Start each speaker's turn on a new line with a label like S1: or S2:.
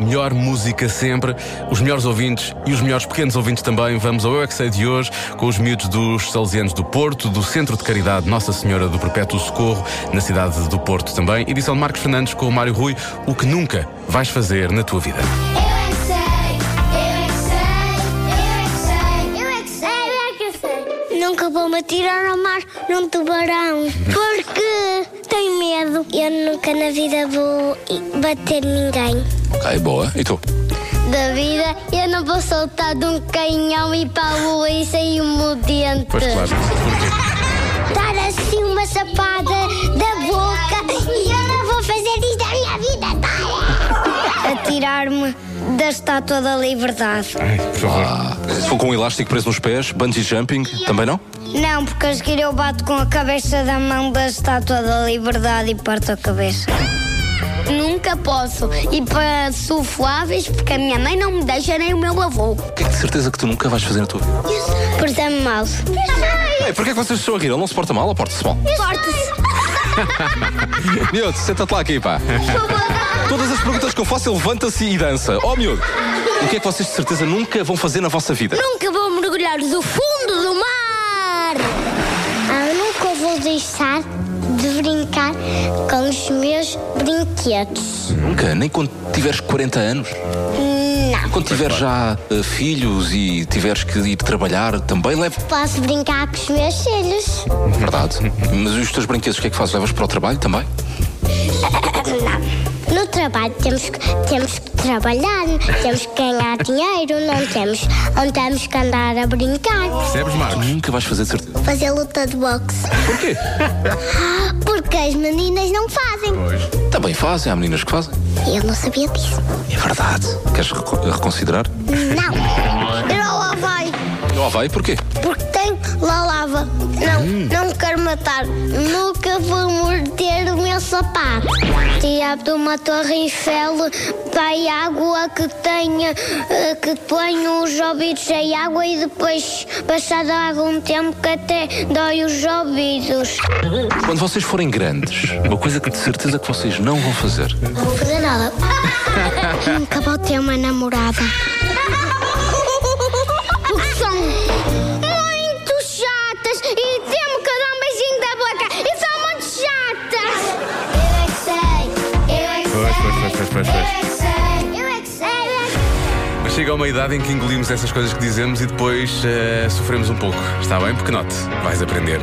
S1: melhor música sempre, os melhores ouvintes e os melhores pequenos ouvintes também. Vamos ao Eu é que Sei de hoje com os miúdos dos Salesianos do Porto, do Centro de Caridade Nossa Senhora do Perpétuo Socorro, na cidade do Porto também. Edição de Marcos Fernandes com o Mário Rui, o que nunca vais fazer na tua vida.
S2: Eu é que sei, eu é que sei, eu é que sei, eu é que sei, eu é que sei. Nunca vou-me atirar ao mar num tubarão porque tenho medo. Eu nunca na vida vou bater ninguém.
S3: É
S1: Ok, boa. E tu?
S2: Da vida, eu não vou soltar de um canhão e para a lua e sair um dente.
S1: Pois claro. é. Porquê?
S2: Dar assim uma sapada da boca e eu não vou fazer isto da minha vida, tá? Atirar-me da estátua da liberdade.
S1: Ai, por favor.
S3: Ah, se for com um elástico preso nos pés, bungee jumping, também não?
S2: Não, porque a seguir eu bato com a cabeça da mão da estátua da liberdade e parto a cabeça. Nunca posso ir para sufláveis porque a minha mãe não me deixa nem o meu avô.
S3: O que é que de certeza que tu nunca vais fazer na tua vida?
S2: Porta-me mal.
S3: Ei, porquê é que vocês estão a rir? Ele não se porta mal ou porta-se mal?
S2: Porta-se.
S3: Miúdo, senta-te lá aqui, pá. Todas as perguntas que eu faço, ele levanta-se e dança. Ó, oh, miúdo, o que é que vocês de certeza nunca vão fazer na vossa vida?
S2: Nunca vou mergulhar do fundo do mar. Ah, Eu nunca vou deixar de brincar com os meus brinquedos.
S3: Nunca, nem quando tiveres 40 anos.
S2: Não.
S3: Quando tiveres já eh, filhos e tiveres que ir trabalhar, também leva.
S2: Posso brincar com os meus filhos?
S3: Verdade. Mas os teus brinquedos, o que é que fazes? Levas para o trabalho também?
S2: Não. No trabalho temos que, temos que trabalhar, temos que ganhar dinheiro, não temos, não temos que andar a brincar.
S1: Percebes, Marcos?
S3: Nunca vais fazer de certeza.
S2: Fazer luta de boxe.
S3: Porquê?
S2: Porque as meninas não fazem.
S1: Pois.
S3: Também fazem, há meninas que fazem.
S2: Eu não sabia disso.
S3: É verdade. Queres reco- reconsiderar?
S2: Não. Eu não lá vai.
S3: Não ah, vai, porquê?
S2: Porque tem lá lava. Não, não quero matar. Nunca vou morder o meu sapato. Tirar de uma torre Eiffel vai água que tenha, eh, que ponho os ouvidos em água e depois, passado algum tempo, que até dói os ouvidos.
S3: Quando vocês forem grandes, uma coisa que de certeza que vocês não vão fazer.
S2: Não vou fazer nada. Nunca vou ter uma namorada. Porque são muito chatas e temo que eu dou um beijinho da boca e são muito chatas. Eu é que sei, eu é que
S1: Pois, pois, pois, pois, pois, pois.
S2: sei. Eu é que sei.
S1: Mas chega a uma idade em que engolimos essas coisas que dizemos e depois eh, sofremos um pouco. Está bem? Porque note, vais aprender.